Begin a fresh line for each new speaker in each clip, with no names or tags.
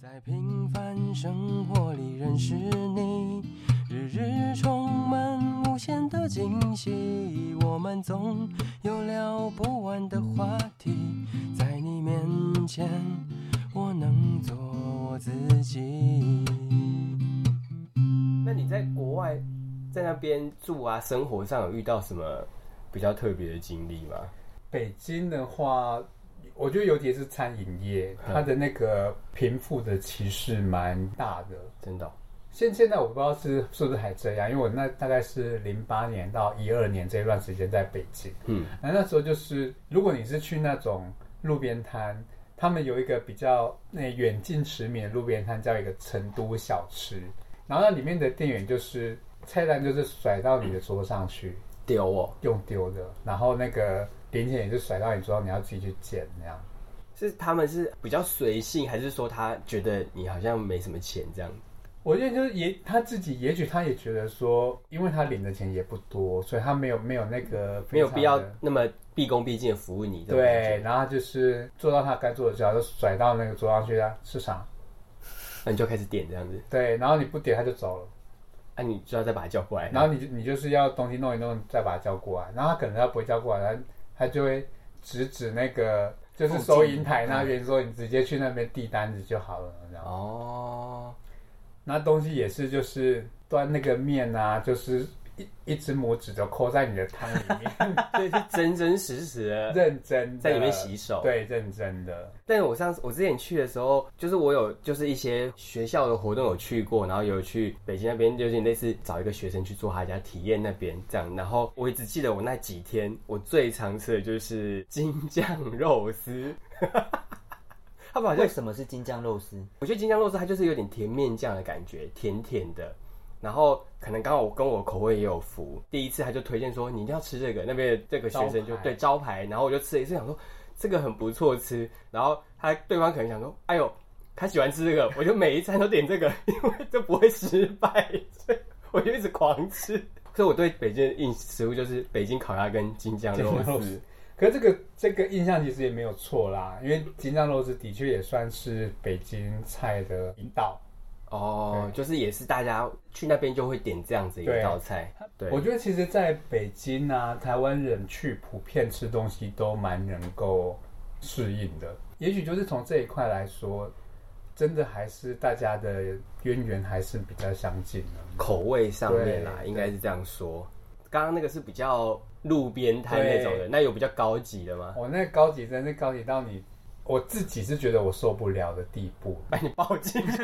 在平凡生活里认识你，日日充满无限的惊喜。我们总有聊不完的话题，在你面前，我能做我自己。那你在国外，在那边住啊，生活上有遇到什么比较特别的经历吗？
北京的话，我觉得尤其是餐饮业，它的那个贫富的歧视蛮大的。
真的哦、
现现在我不知道是是不是还这样，因为我那大概是零八年到一二年这段时间在北京，
嗯，
那那时候就是如果你是去那种路边摊，他们有一个比较那远近驰名的路边摊叫一个成都小吃，然后那里面的店员就是菜单就是甩到你的桌上去，
丢哦，
用丢的，然后那个零钱也是甩到你桌上，你要自己去捡那样。
是他们是比较随性，还是说他觉得你好像没什么钱这样？
我觉得就是也他自己，也许他也觉得说，因为他领的钱也不多，所以他没有没有那个
没有
非常
必要
的
那么毕恭毕敬的服务你。这种感
对，
觉，
然后他就是做到他该做的，只要就甩到那个桌上去啊，市场
那你就开始点这样子，
对，然后你不点他就走了，
那、你就要再把他叫过来。
然后你就你就是要东西弄一弄，再把他叫过来，然后他可能他不会叫过来，他他就会指指那个就是收银台那边说，你直接去那边递单子就好了，然后
哦，
那东西也是就是端那个面啊，就是一一只拇指就扣在你的汤里 面，
所以是真真实实 的
认真的
在里面洗手。
对，认真的。
但是我上次我之前去的时候，就是我有就是一些学校的活动有去过，然后有去北京那边，就是类似找一个学生去做他家体验那边这样。然后我只记得我那几天我最常吃的就是京酱肉丝， 他们好像
为什么是京酱肉丝？
我觉得京酱肉丝它就是有点甜面酱的感觉，甜甜的。然后可能刚好我跟我口味也有符，第一次他就推荐说你一定要吃这个，那边的这个学生就
招牌
对招牌，然后我就吃了一次，想说哎这个很不错吃。然后他对方可能想说，哎呦，他喜欢吃这个，我就每一餐都点这个，因为这不会失败，所以我就一直狂吃。所以我对北京的印食物就是北京烤鸭跟京酱肉
京酱肉
丝
丝。可是这个这个印象其实也没有错啦，因为京酱肉丝的确也算是北京菜的一道。
哦，就是也是大家去那边就会点这样子一
对
道菜。对，
我觉得其实在北京啊，台湾人去普遍吃东西都蛮能够适应的。也许就是从这一块来说，真的还是大家的渊源还是比较相近的。
口味上面啦，
对
应该是这样说。刚刚那个是比较路边摊那种的，
对
那有比较高级的吗？
我那高级真是高级到你，我自己是觉得我受不了的地 步。
把你抱进去，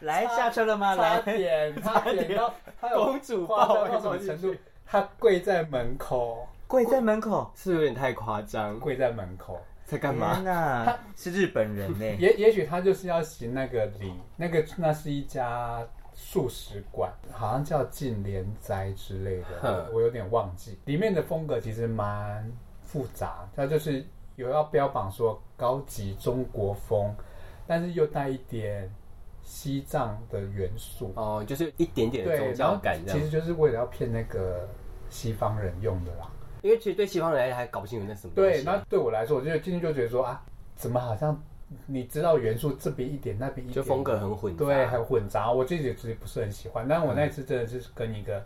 来下车了吗？
差
来，
点，差点到他有
公主
夸
抱
张到
你
什么程度
去？
他跪在门口，
跪在门口。
是不是有点太夸张？
跪在门口。
在干嘛
嗯
天？哪， 是日本人呢。
也也许他就是要行那个礼，那个那是一家素食馆，好像叫近莲斋之类的
哼，
我有点忘记。里面的风格其实蛮复杂，它就是有要标榜说高级中国风，但是又带一点西藏的元素，
哦，就是一点点的
对，
宗
然
教
后
感这
其实
样。
就是为了要骗那个西方人用的啦。
因为其实对西方人来还搞不清楚那什么东
对，
西。啊
那对我来说，我就进去就觉得说啊，怎么好像你知道元素这边一点，那边一点，
就风格很混杂。
对，很混杂，我自己其实不是很喜欢。但我那次真的就是跟一个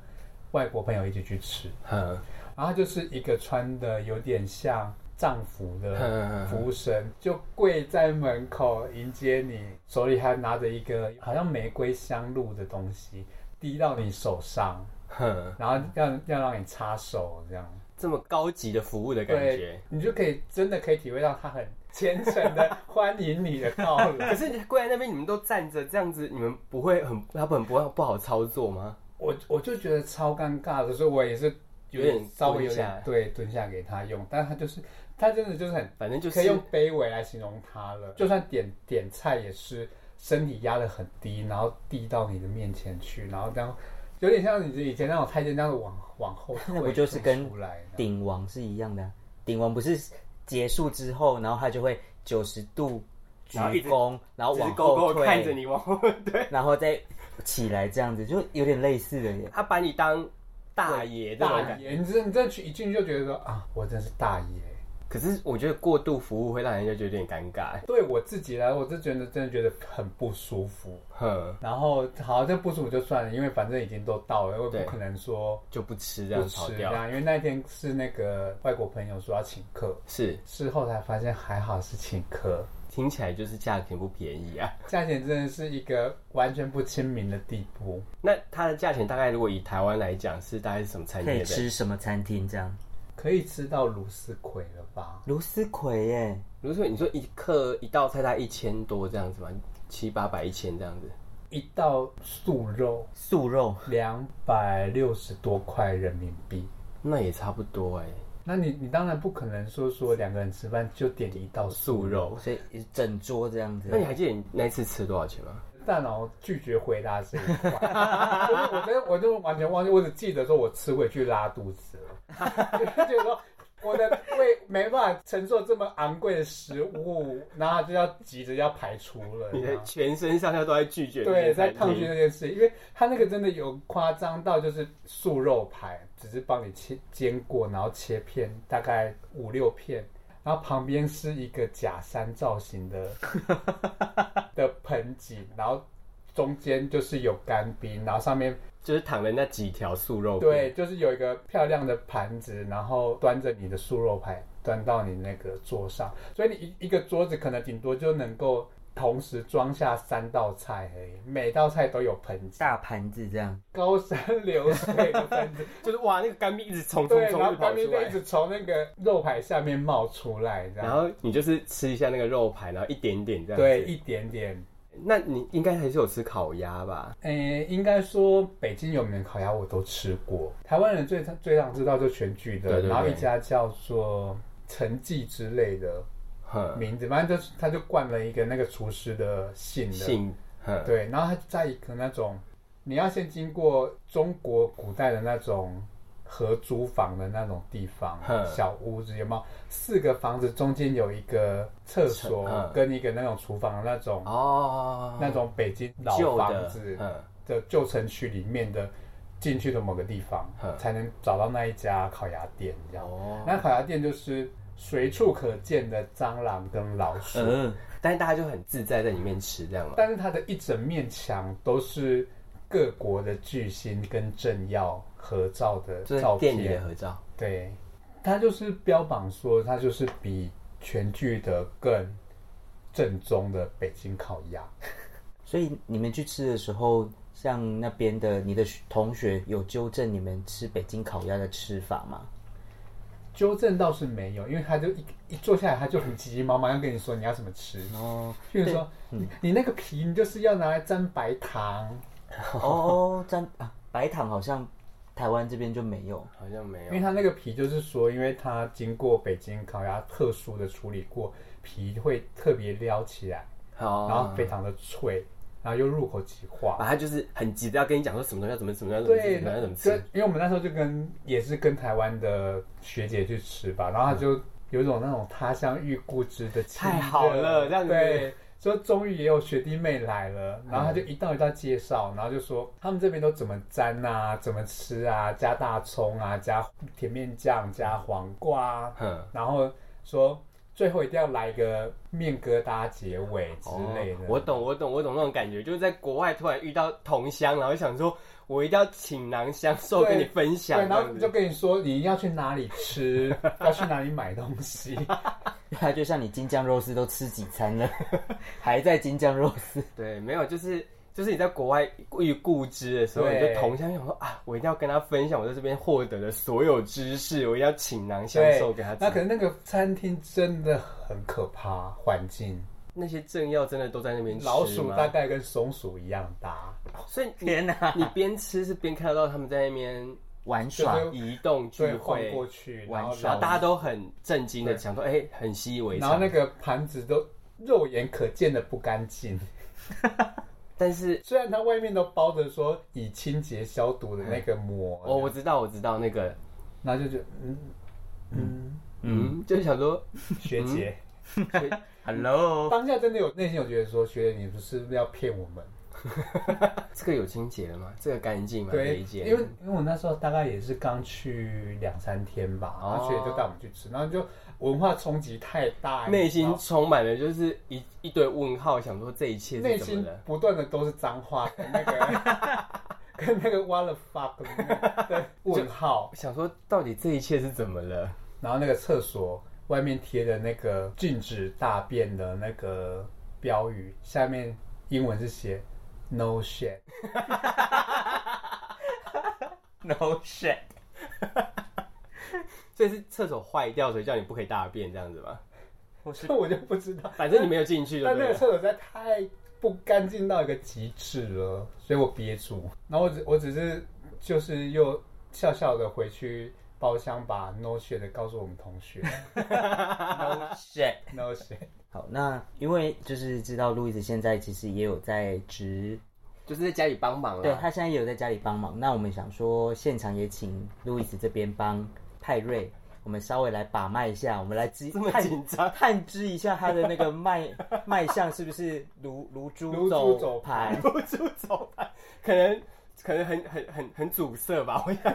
外国朋友一起去吃，
哼，
然后就是一个穿的有点像藏服
嗯嗯嗯
的服务生，就跪在门口迎接你，手里还拿着一个好像玫瑰香露的东西滴到你手上，
哼，
然后要要让你擦手这样。
这么高级的服务的感
对
觉。，
你就可以真的可以体会到他很虔诚的欢迎你的到来。
可是你跪在那边，你们都站着这样子，你们不会很他们不会不好操作吗？
我我就觉得超尴尬的，所以我也是有
有
点
点
稍微有
蹲下
点对蹲下给他用，但他就是他真的就是很
反正就
可以用
是
卑微来形容他了，就算点点菜也是身体压得很低，然后递到你的面前去，然后这样有点像你以前那种太监那样子往往后退，
那不就是跟
出来的？
鼎王是一样的啊，鼎王不是结束之后，然后他就会九十度鞠
然后一直
躬，然后
只是
往
勾
后
勾
退，
看着你往 后退。
然后再起来，这样子就有点类似的耶。
他把你当大爷这种
大
感觉。
爷，你真你真的去一进去就觉得说啊，我真是大爷。
可是我觉得过度服务会让人家觉得有点尴尬。
对我自己来，我就觉得真的觉得很不舒服。
哼，
然后好，这不舒服就算了，因为反正已经都到了，我也
对
不可能说
就不吃这
不
样跑
吃啊这
掉，
样。因为那天是那个外国朋友说要请客，
是
事后才发现还好是请客，
听起来就是价钱不便宜啊。
价钱真的是一个完全不亲民的地步。
那它的价钱大概如果以台湾来讲是大概是什么餐
可
厅
以
的？
吃什么餐厅这样？
可以吃到芦丝葵了吧？
芦丝葵耶，
比如说你说一克一道菜大概一千多这样子嘛，七八百一千这样子。
一道素肉
素肉
两百六十多块人民币，
那也差不多哎、
那你你当然不可能说说两个人吃饭就点一道素
素肉。
所以整桌这样子。
啊
那你还记得你那一次吃多少钱吗？
大脑拒绝回答这一块，就是我真的我就完全忘记，我只记得说我吃回去拉肚子了，就是觉得说我的胃没办法承受这么昂贵的食物，然后就要急着要排除了。
你
这
的
样
全身上下都在拒绝这
啊对，
些餐
在
厅，
抗拒这件事，因为他那个真的有夸张到就是素肉排，只是帮你切煎过，然后切片，大概五六片，然后旁边是一个假山造型的的盆景，然后中间就是有干冰，然后上面
就是躺了那几条素肉片。
对，就是有一个漂亮的盘子，然后端着你的素肉排端到你那个桌上，所以你一一个桌子可能顶多就能够。同时装下三道菜而已，每道菜都有盆景。
大盘子这样，
高山流水的 分子，
就是哇，那个干冰一直冲冲
对，
冲
然后
就跑
干冰
出
就一
来，
直从那个肉排下面冒出来，这
然
样，
后你就是吃一下那个肉排，然后一点点这样子。
对，一点点。
那你应该还是有吃烤鸭吧？
诶，应该说北京有名的烤鸭我都吃过，台湾人最最常知道就全聚德，
对对对
然后一家叫做陈记之类的
哼，
名字，反正就是他就冠了一个那个厨师的姓的，
性哼，
对，然后它在一个那种，你要先经过中国古代的那种合租房的那种地方
哼，
小屋子有没有？四个房子中间有一个厕所
厕嗯
跟一个那种厨房的那种、
哦，
那种北京老
旧
房
的
子，
嗯，
的旧城区里面的进去的某个地方，
哼
才能找到那一家烤鸭店。这样，
哦，
那烤鸭店就是随处可见的蟑螂跟老
嗯
鼠。
呃，
但是大家就很自在在里面吃这样嘛。
但是它的一整面墙都是各国的巨星跟政要合照的
就是
照
店里的
片。
合照，
对，它就是标榜说它就是比全聚德更正宗的北京烤鸭。
所以你们去吃的时候，像那边的你的同学有纠正你们吃北京烤鸭的吃 法吗？
纠正倒是没有，因为他就一一坐下来，他就很急急忙忙要跟你说你要怎么吃。
哦
譬如说，
嗯
你你那个皮，你就是要拿来沾白糖，
哦，沾啊，白糖好像台湾这边就没有。
好像没
因为
有。
它那个皮就是说，因为它经过北京烤鸭特殊的处理过，皮会特别撩起来，
好，啊
然后非常的脆，然后又入口即化。
啊，他就是很急的要跟你讲说什么东西要怎么怎么样，怎么
对，
怎么样怎么吃
跟，因为我们那时候就跟也是跟台湾的学姐去吃吧，然后她
嗯
就有一种那种他乡遇故知的亲热
太好了这样子
对。说终于也有学弟妹来了，然后她就
嗯
一道一道介绍，然后就说他们这边都怎么沾啊，怎么吃啊，加大葱啊，加甜面酱，加黄瓜啊，
哼。
然后说最后一定要来一个面疙瘩结尾之类的。
哦我懂，我懂，我懂那种感觉，就是在国外突然遇到同乡，然后想说，我一定要倾囊相授
对
跟你分享，
对，然
这
后
样子
就跟你说你要去哪里吃， 要去哪里买东西。
他啊就像你京酱肉丝都吃几餐了，还在京酱肉 丝。
对，没有，就是就是你在国外遇故知的时候，你
对
就同乡想说啊，我一定要跟他分享我在这边获得的所有知识，我一定要倾囊相
对
授给他知道。
那可能那个餐厅真的很可怕，环境
那些政要真的都在那边吃吗
老鼠大，概跟松鼠一样大，
所以你
天哪，
你边吃是边看得到他们在那边
玩耍
就是
移动聚
对，啊晃
会，
过去，
玩
然后
耍
然后
老
大家都很震惊的想说，哎、很习以为
然
常。
后那个盘子都肉眼可见的不干净，
但是
虽然它外面都包着说以清洁消毒的那个膜，
哦，我知道，我知道那个，
然后就觉得嗯嗯，
嗯，就是想说
学姐，
，Hello，
当下真的有内心有觉得说，学姐你不是要骗我们？
这个有清洁了吗？这个干净吗？
对，
没
因
洁
为因为我那时候大概也是刚去两三天吧，
哦
然后学姐就带我们去吃，然后就文化冲击太大，
内
你知
心
道
充满了就是一一堆问号，想说这一切
内
是怎么
心
了？
不断的都是脏话，跟那个 跟那个 what the fuck 的那个的问号，
想说到底这一切是怎么了？
然后那个厕所外面贴的那个禁止大便的那个标语，下面英文是写 no shit。
No shit！所以是厕所坏掉，所以叫你不可以大便这样子吗？
或是
这 我就不知道。
反正你没有进去就
但那
对
个
了。
厕所实在太不干净到一个极致了，所以我憋住。然后我只我只是就是又笑笑的回去包厢，把 no shit 的告诉我们同 学
no shit。
no shit。
好，那因为就是知道路易斯现在其实也有在职，
就是在家里帮忙
对
啦。
他现在也有在家里帮忙。那我们想说，现场也请路易斯这边帮派瑞，我们稍微来把脉一下，我们来知
这么
探
紧张
探知一下他的那个脉脉象是不是如如
如
珠
珠
走
走
盘
盘。
不出走盘，可能可能很很很很阻塞吧，我想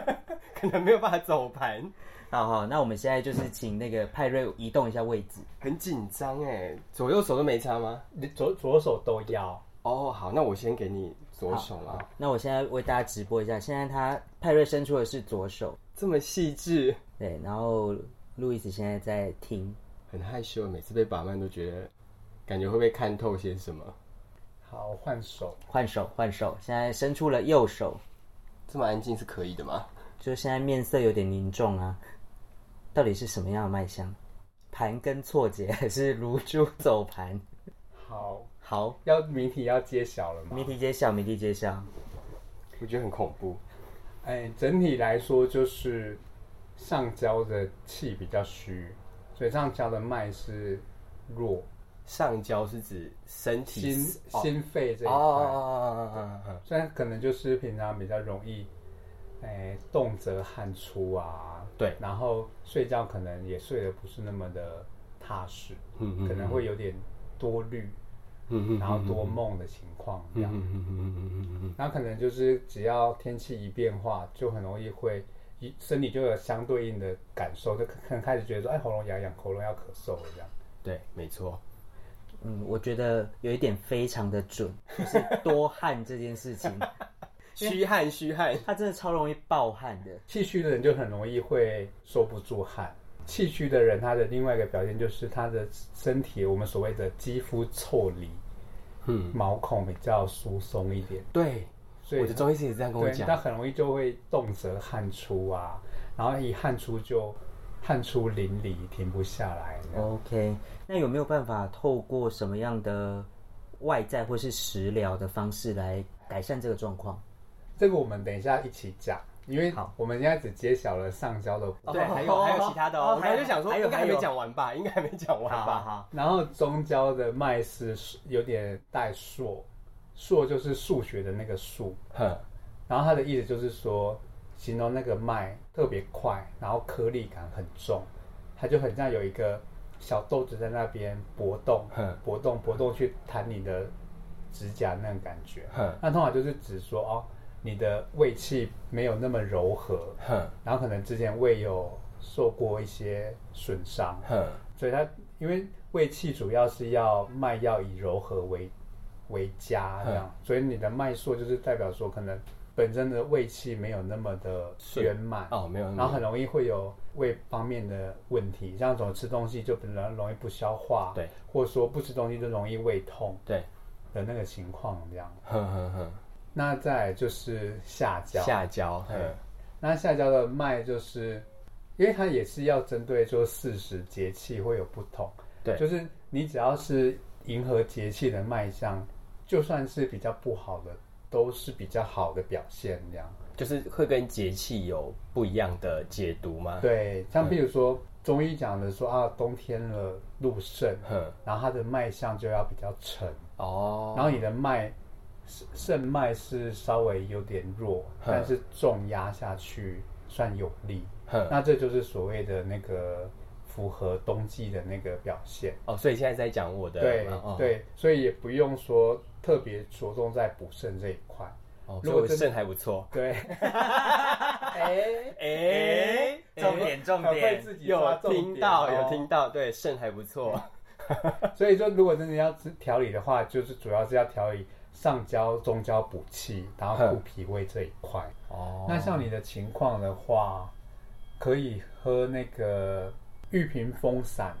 可能没有办法走盘，
好好，那我们现在就是请那个派瑞移动一下位置。
很紧张哎，左右手都没擦吗？
你左左手都要，
哦，好，那我先给你左手啊，
那我现在为大家直播一下，现在他派瑞伸出的是左手，
这么细致，
对，然后路易斯现在在听，
很害羞，每次被把脉都觉得感觉会被看透些什么，
好换手。
换手换手，现在伸出了右手，
这么安静是可以的吗？
就现在面色有点凝重啊，到底是什么样的脉象？盘根错节还是如珠走盘？
好，
好，
要谜题要揭晓了吗
谜？题揭晓，谜题揭晓。
我觉得很恐怖，
哎，整体来说就是上焦的气比较虚，所以上焦的脉是弱，
上焦是指身体
心心肺这一
哦
块。
哦哦，
虽然可能就是平常比较容易，哎、动辄汗出啊，
对，
然后睡觉可能也睡得不是那么的踏实，
嗯嗯
可能会有点多虑，
嗯
然后多梦的情况这
嗯
样。
嗯嗯嗯嗯嗯，
那可能就是只要天气一变化，就很容易会一身体就有相对应的感受，就可能开始觉得说，哎，喉咙痒痒，喉咙要咳嗽了这样。
对，没错。
嗯，我觉得有一点非常的准，就是多汗这件事情，
虚汗，虚汗，
他真的超容易暴汗的。
气虚的人就很容易会收不住汗。气虚的人，他的另外一个表现就是他的身体，我们所谓的肌肤腠理，
嗯，
毛孔比较疏松一点，
对，
所以
我的中医师也是这样跟我
对，
讲
他。很容易就会动辄汗出啊，然后一汗出就汗出淋漓，停不下来。
哦
OK，那有没有办法透过什么样的外在或是食疗的方式来改善这个状况？
这个我们等一下一起讲，因为
好
我们现在只揭晓了上焦的部分，
对，还有还有其他的
哦
哦。我刚才就想说，
还有
应该还
还
没
有
讲完吧？应该还没讲完吧？
好，
然后中焦的脉是有点带数，数就是数学的那个数，
哼，
然后他的意思就是说，形容那个脉特别快，然后颗粒感很重，它就很像有一个小豆子在那边搏动
嗯，
搏动，搏动去弹你的指甲那种感觉。
哼，
那通常就是指说哦，你的胃气没有那么柔和，
哼，
然后可能之前胃有受过一些损伤，
哼，
所以它因为胃气主要是要脉要以柔和为为佳
嗯
这样，所以你的脉数就是代表说可能本身的胃气没有那么的
顺
圆满，
哦，没有那
然后
么，
很容易会有胃方面的问题，像什么吃东西就比较容易不消化，
对，
或者说不吃东西就容易胃痛
对，
的那个情况这样。
哼哼哼，
那再来就是下焦，
下嗯焦，哼
对，那下焦的脉就是，因为它也是要针对就四时节气会有不同，
对
就是你只要是迎合节气的脉象，就算是比较不好的，都是比较好的表现这样。
就是会跟节气有不一样的解读吗？，
对，像譬如说中医讲的说啊，冬天了入肾，
哼，
然后它的脉象就要比较沉，
哦，
然后你的脉。肾肾脉是稍微有点弱，
哼
但是重压下去算有力。
哼，
呃那这就是所谓的那个符合冬季的那个表现。
哦，所以现在在讲我的
对啊
哦、
对，所以也不用说特别着重在补肾这一块。
哦，如
如果
果
真的
肾还不错，
对， 哎，
哎、
重点重
很会
点，
自己抓
有
重点
听到、
哦
有听到，对，肾还不错，
所以说，如果真的要调理的话，就是主要是要调理上焦、中焦补气，然后
哼
顾脾胃这一块。
哦
那像你的情况的话，可以喝那个玉屏风散，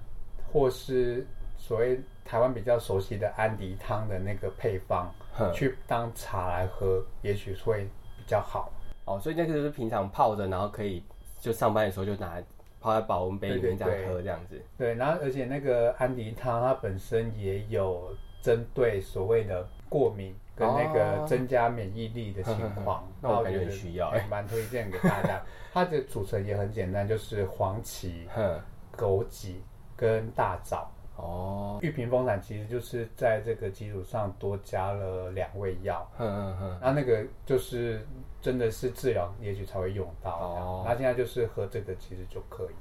或是所谓台湾比较熟悉的安迪汤的那个配方，
哼
去当茶来喝，也许会比较好。
哦，所以那个就是平常泡着，然后可以就上班的时候就拿泡在保温杯里面这
对对
样
对
喝，这样子。
对，然后而且那个安迪汤它本身也有针对所谓的过敏跟那个
哦
增加免疫力的情况，
那我
然后
感觉
觉
很
得
需要
还
欸
蛮推荐给大 家。它的组成也很简单，就是黄芪、
哼，
枸杞跟大枣。
哦，
玉屏风散其实就是在这个基础上多加了两味药，
哼哼哼，
那那个就是真的是治疗也许才会用到的。
哦
那现在就是喝这个其实就可以。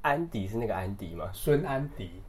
安迪是那个安迪吗？
孙安迪，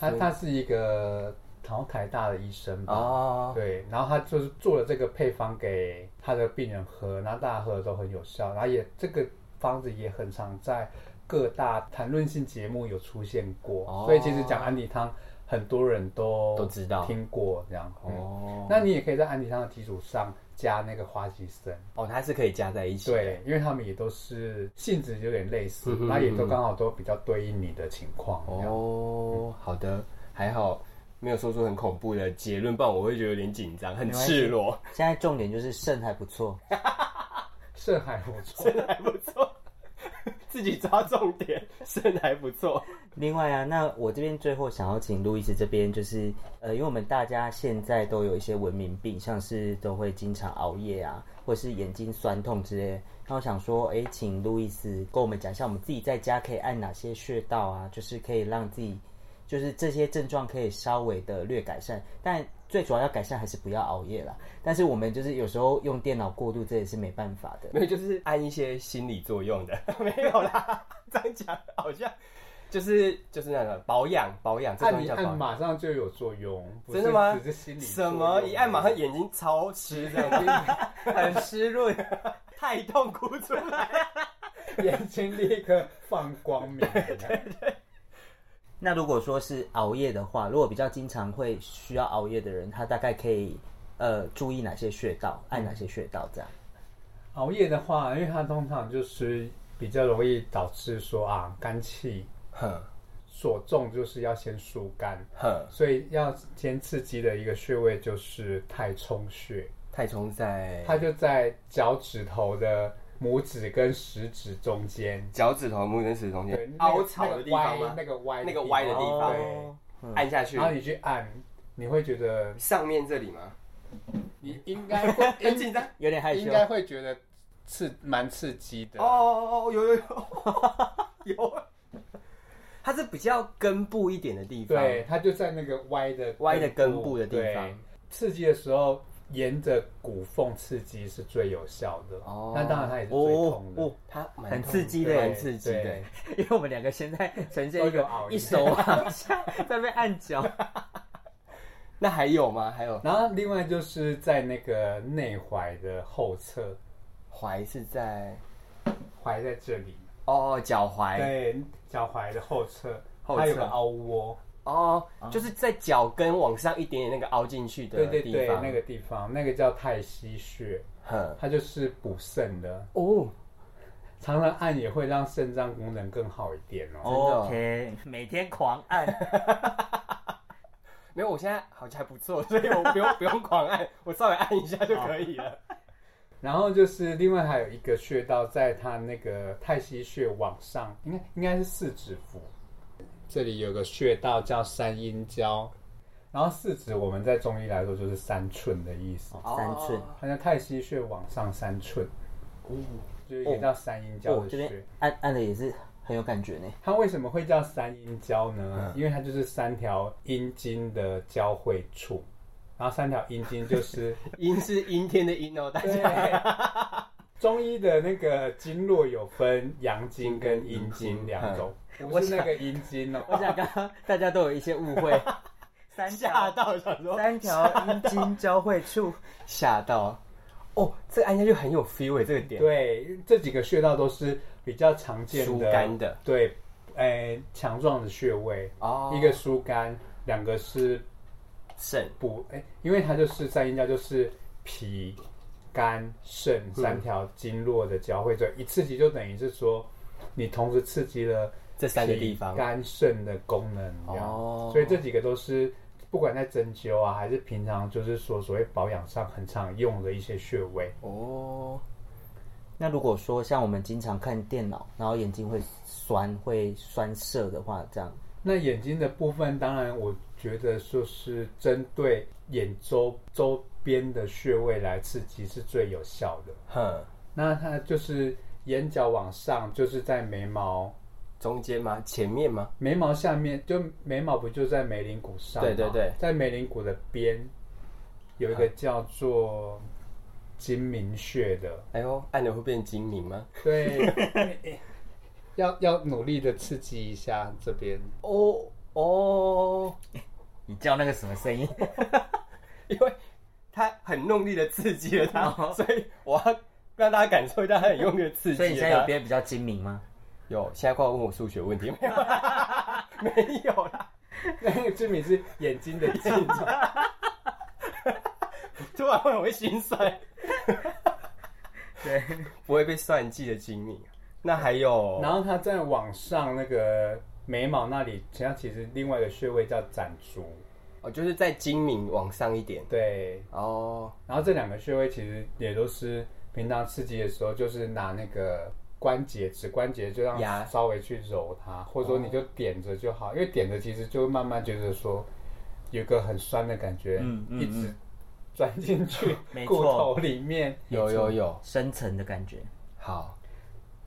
他
孙
他是一个好像台大的医生吧，
哦，
对，然后他就是做了这个配方给他的病人喝，然后大家喝的都很有效，然后也这个方子也很常在各大谈论性节目有出现过，
哦
所以其实讲安迪汤，很多人都
都知道
听过这样。哦、
哦，
那你也可以在安迪汤的基础上加那个花旗参。
哦，它是可以加在一起的。
对，因为他们也都是性质有点类似，
嗯哼
那、也都
嗯哼
刚好都比较对应你的情况。这样
哦，好的，还好没有说出很恐怖的结论，不然我会觉得有点紧张，很
没关系
赤裸。
现在重点就是肾还不错，
肾还不 错，
还不错，自己抓重点，肾还不错。
另外啊，那我这边最后想要请路易斯这边，就是呃，因为我们大家现在都有一些文明病，像是都会经常熬夜啊，或是眼睛酸痛之类的。那我想说，诶，请路易斯跟我们讲一下，我们自己在家可以按哪些穴道啊，就是可以让自己，就是这些症状可以稍微的略改善，但最主要要改善还是不要熬夜啦。但是我们就是有时候用电脑过度，这也是没办法 的。
没有，就是按一些心理作用的， 没有啦。这样讲好像 就是就是那个保养保养，这
按
东西
一
叫保
按
养。
马上就有作用，不是
真的吗
只是心理作
什
用
么一按马上眼睛超湿的， 很湿润，太痛哭出来。
眼睛立刻放光明。
那如果说是熬夜的话，如果比较经常会需要熬夜的人，他大概可以呃注意哪些穴道，按哪些穴道这样？
熬夜的话，因为它通常就是比较容易导致说啊肝气
哼
所重，就是要先疏肝，
哼，
所以要先刺激的一个穴位就是太冲穴，
太冲在
它就在脚趾头的拇指跟食指中间，
脚趾头、拇指跟食指中
对
间，
那个
凹槽的地方吗
那？个歪
那个
嗯地
歪的地方
对
按下去
然，后你去按，你会觉得
上面这里吗？
你应该 会
很紧张。
有点害
应
羞，
该会觉得刺蛮刺激的
哦哦哦，有有有有， 它是比较根部一点的地方。
对，它就在那个歪的
歪的根部的地方
对。刺激的时候，沿着骨缝刺激是最有效的。
哦
那当然它也是最
哦
痛的。
哦，
它蛮
很
痛
刺激
的
的
蛮刺激的
对。
因为我们两个现在呈现一
都有
个
熬夜
一手往下在那边按脚，
那还有吗？还有
然后另外就是在那个内踝的后侧，
踝是在
踝在这里，
哦脚踝
对，脚踝的后侧，
后侧
它有个凹窝，
哦，就是在脚跟往上一点点那个凹进去的
对对
地
对，
方。
那个地方，那个叫太溪穴，
哼
它就是补肾的，
哦，
常常按也会让肾脏功能更好一点哦。
哦
OK，每天狂按，
没有，我现在好像还不错， 所以我不用不用狂按， 我稍微按一下就可以了。
然后就是另外还有一个穴道，在它那个太溪穴往上，应该应该是四指腹，这里有个穴道叫三阴交，然后四指我们在中医来说就是三寸的意思，
三寸
它叫太溪穴往上三寸，就是也叫三阴交
哦，
的
这
穴
边。按按的也是很有感觉呢。
它为什么会叫三阴交呢？
嗯
因为它就是三条阴经的交汇处， 然后三条阴经就是
阴是阴天的阴哦，大家。
中医的那个经络有分阳经跟阴经两种，不是那个阴经哦。
嗯我想刚刚大家都有一些误会，三
吓
条
到想说
三条阴茎交汇处，
吓到，哦，这个按下去很有 feel 哎、这个点，
对，这几个穴道都是比较常见
疏
的，
肝的
对，哎，强壮的穴位，
哦
一个疏肝，两个是
肾
补，哎，因为它就是三阴交，就是脾、肝、肾
嗯
三条经络的交汇，所以一刺激就等于是说，你同时刺激了
这三个地方
脾肝、肾的功能，
哦
哦，所以这几个都是不管在针灸啊，还是平常就是说所谓保养上很常用的一些穴位。
哦，
那如果说像我们经常看电脑，然后眼睛会酸、会酸涩的话，这样
那眼睛的部分，当然我觉得说是针对眼周周边的穴位来刺激是最有效的。
哼，
那它就是眼角往上，就是在眉毛
中间吗？前面吗？
眉毛下面，就眉毛不就在眉棱骨上吗？
对对对
在眉棱骨的边有一个叫做睛明穴 的，
哎呦，按了会变精明吗？
对，要要努力的刺激一下这边。
哦哦，
你叫那个什么声音？
因为他很用力的刺激了他，所以我要让大家感受一下他很用力的刺激了他。
所以你现在有变得比较精明吗？
有现在快要问我数学问题没有啦？没有啦，
那个睛明是眼睛的睛，
突然问我会心酸，
对，
不会被算计的精明。那还有，
然后它再往上那个眉毛那里，其实其实另外一个穴位叫攒竹，
哦，就是在精明往上一点
对，
哦，
然后这两个穴位其实也都是平常刺激的时候，就是拿那个关节指关节，就让
压
稍微去揉
哦
它，或者说你就点着就好，因为点着其实就慢慢觉得说有个很酸的感觉，
嗯嗯
一直钻进去
没错
骨头里面。
有有有，
深层的感觉。
好，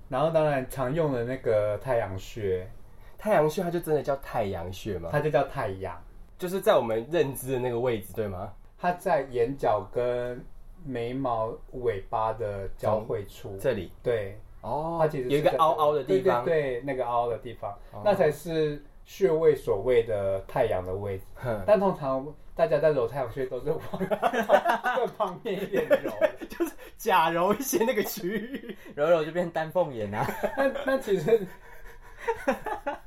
然后当然常用的那个太阳穴，
太阳穴它就真的叫太阳穴吗？
它就叫太阳，
就是在我们认知的那个位置，对吗？
它在眼角跟眉毛尾巴的交汇处，
嗯
这里
对，
哦，
它其实是
有一个
在
凹凹的地方，
对对对，那个凹的地方，
哦
那才是穴位所谓的太阳的位置。
哼
但通常大家在揉太阳穴都是往 更旁边一点揉，
就是假揉一些那个区域。
柔柔就变丹凤眼啊，
那那其实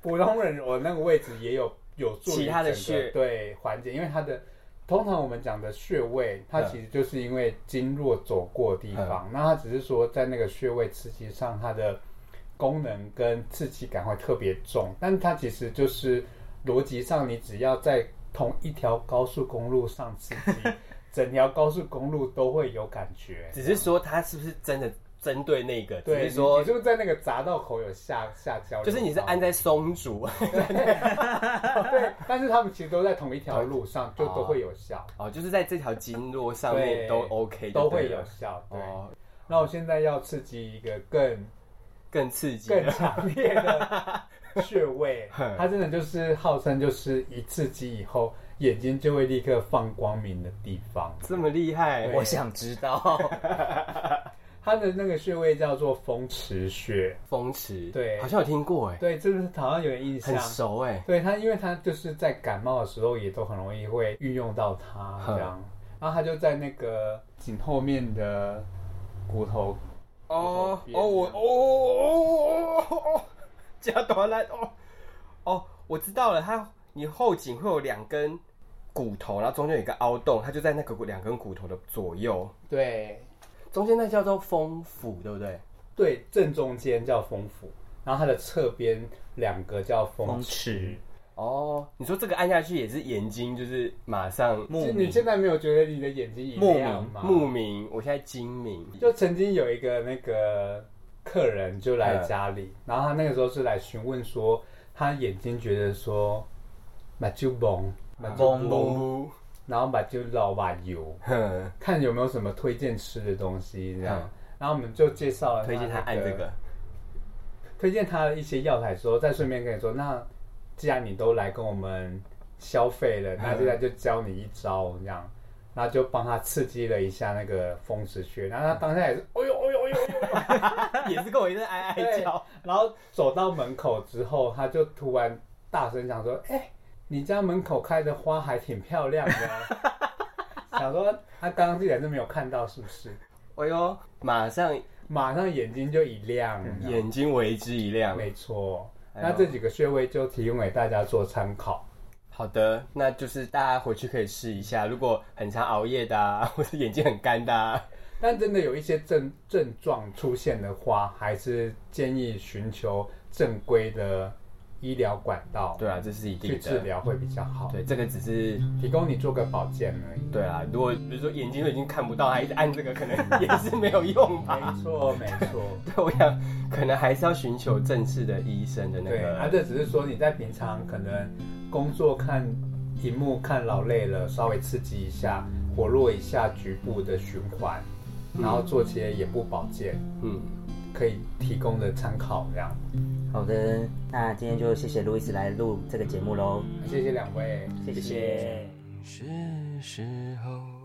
普通人揉那个位置也有有助于
其他的
整个
穴
对缓解，因为它的。通常我们讲的穴位，它
嗯
其实就是因为经络走过的地方，那它只是说在那个穴位刺激上，它的功能跟刺激感会特别重，但它其实就是逻辑上，你只要在同一条高速公路上刺激， 整条高速公路都会有感觉。
只是说他是不是真的针对那个？只
对，
是
你
说
你是不是在那个匝道口有下下交流道？
就是你是按在松竹，
对，但是他们其实都在同一条路上，就都会有效，
哦，就是在这条经络上面
对
都 OK，
都
就
会
对了
有效。对，
哦，
那我现在要刺激一个更
更刺激
更
了。
强烈的 穴位
哼，
它真的就是号称就是一刺激以后眼睛就会立刻放光明的地方。
这么厉害，
我想知 道。
它的那个穴位叫做风池穴，
风池，
对
好像有听过哎，
对，这个好像有点印象
很。熟哎，
对它，因为它就是在感冒的时候也都很容易会运用到它
哼
这样，然后它就在那个颈后面的骨头
哦
我说别人
哦我哦哦哦哦哦，加短来哦哦，我知道了，它你后颈会有两根骨头，然后中间有一个凹洞，它就在那个骨两根骨头的左右，
对
中间那叫做风府，对不对？
对，正中间叫风府，然后它的侧边两个叫风
风池
池。
哦，你说这个按下去也是眼睛，就是马上
木
就
明
你现在没有觉得你的眼睛一
目
亮
明
吗？
目明，我现在精明，
就曾经有一个那个客人就来家里，
嗯
然后他那个时候是来询问说，他眼睛觉得说把就蒙，把就
蒙蒙
呜，
然后把就老把油，
哼，
看有没有什么推荐吃的东西这样
嗯。
然后我们就介绍了
推荐他按这个，
推荐他的一些药材之后，再顺便跟你说，那既然你都来跟我们消费了，那现在就教你一招这样。然后就帮他刺激了一下那个风池穴，然后他当下也是，哎呦哎呦哎呦哎呦，
也是跟我一直哀哀
对
叫，
哎然后走到门口之后，他就突然大声讲说：“哎、你家门口开的花还挺漂 亮的。”想说他刚刚竟然是没有看到，是不是？
哎呦，马上
马上眼睛就一亮，你知道吗
眼睛为之一亮。
没错。
嗯哎
那
呦
这几个穴位就提供给大家做参考。
好的，那就是大家回去可以试一下，如果很常熬夜的、啊， 或是眼睛很干的、啊，
但真的有一些症症状出现的话，还是建议寻求正规的医疗管道
对啊，这是一定的。
去
嗯
治疗会比较好。
对，这个只是
提供你做个保健而已。
对啊，如果比如说眼睛都已经看不到，还一直按这个，可能也是没有用吧。
没错，没 错。
对，我想可能还是要寻求正式的医生的那
对，
个。
啊，这只是说你在平常可能工作看荧幕看劳累了，稍微刺激一下，活络一下局部的循环，然后做些眼部保健，
嗯，
可以提供的参考这样。
好的，那今天就谢谢路易斯来录这个节目喽，
谢谢两位。
谢谢
是时候。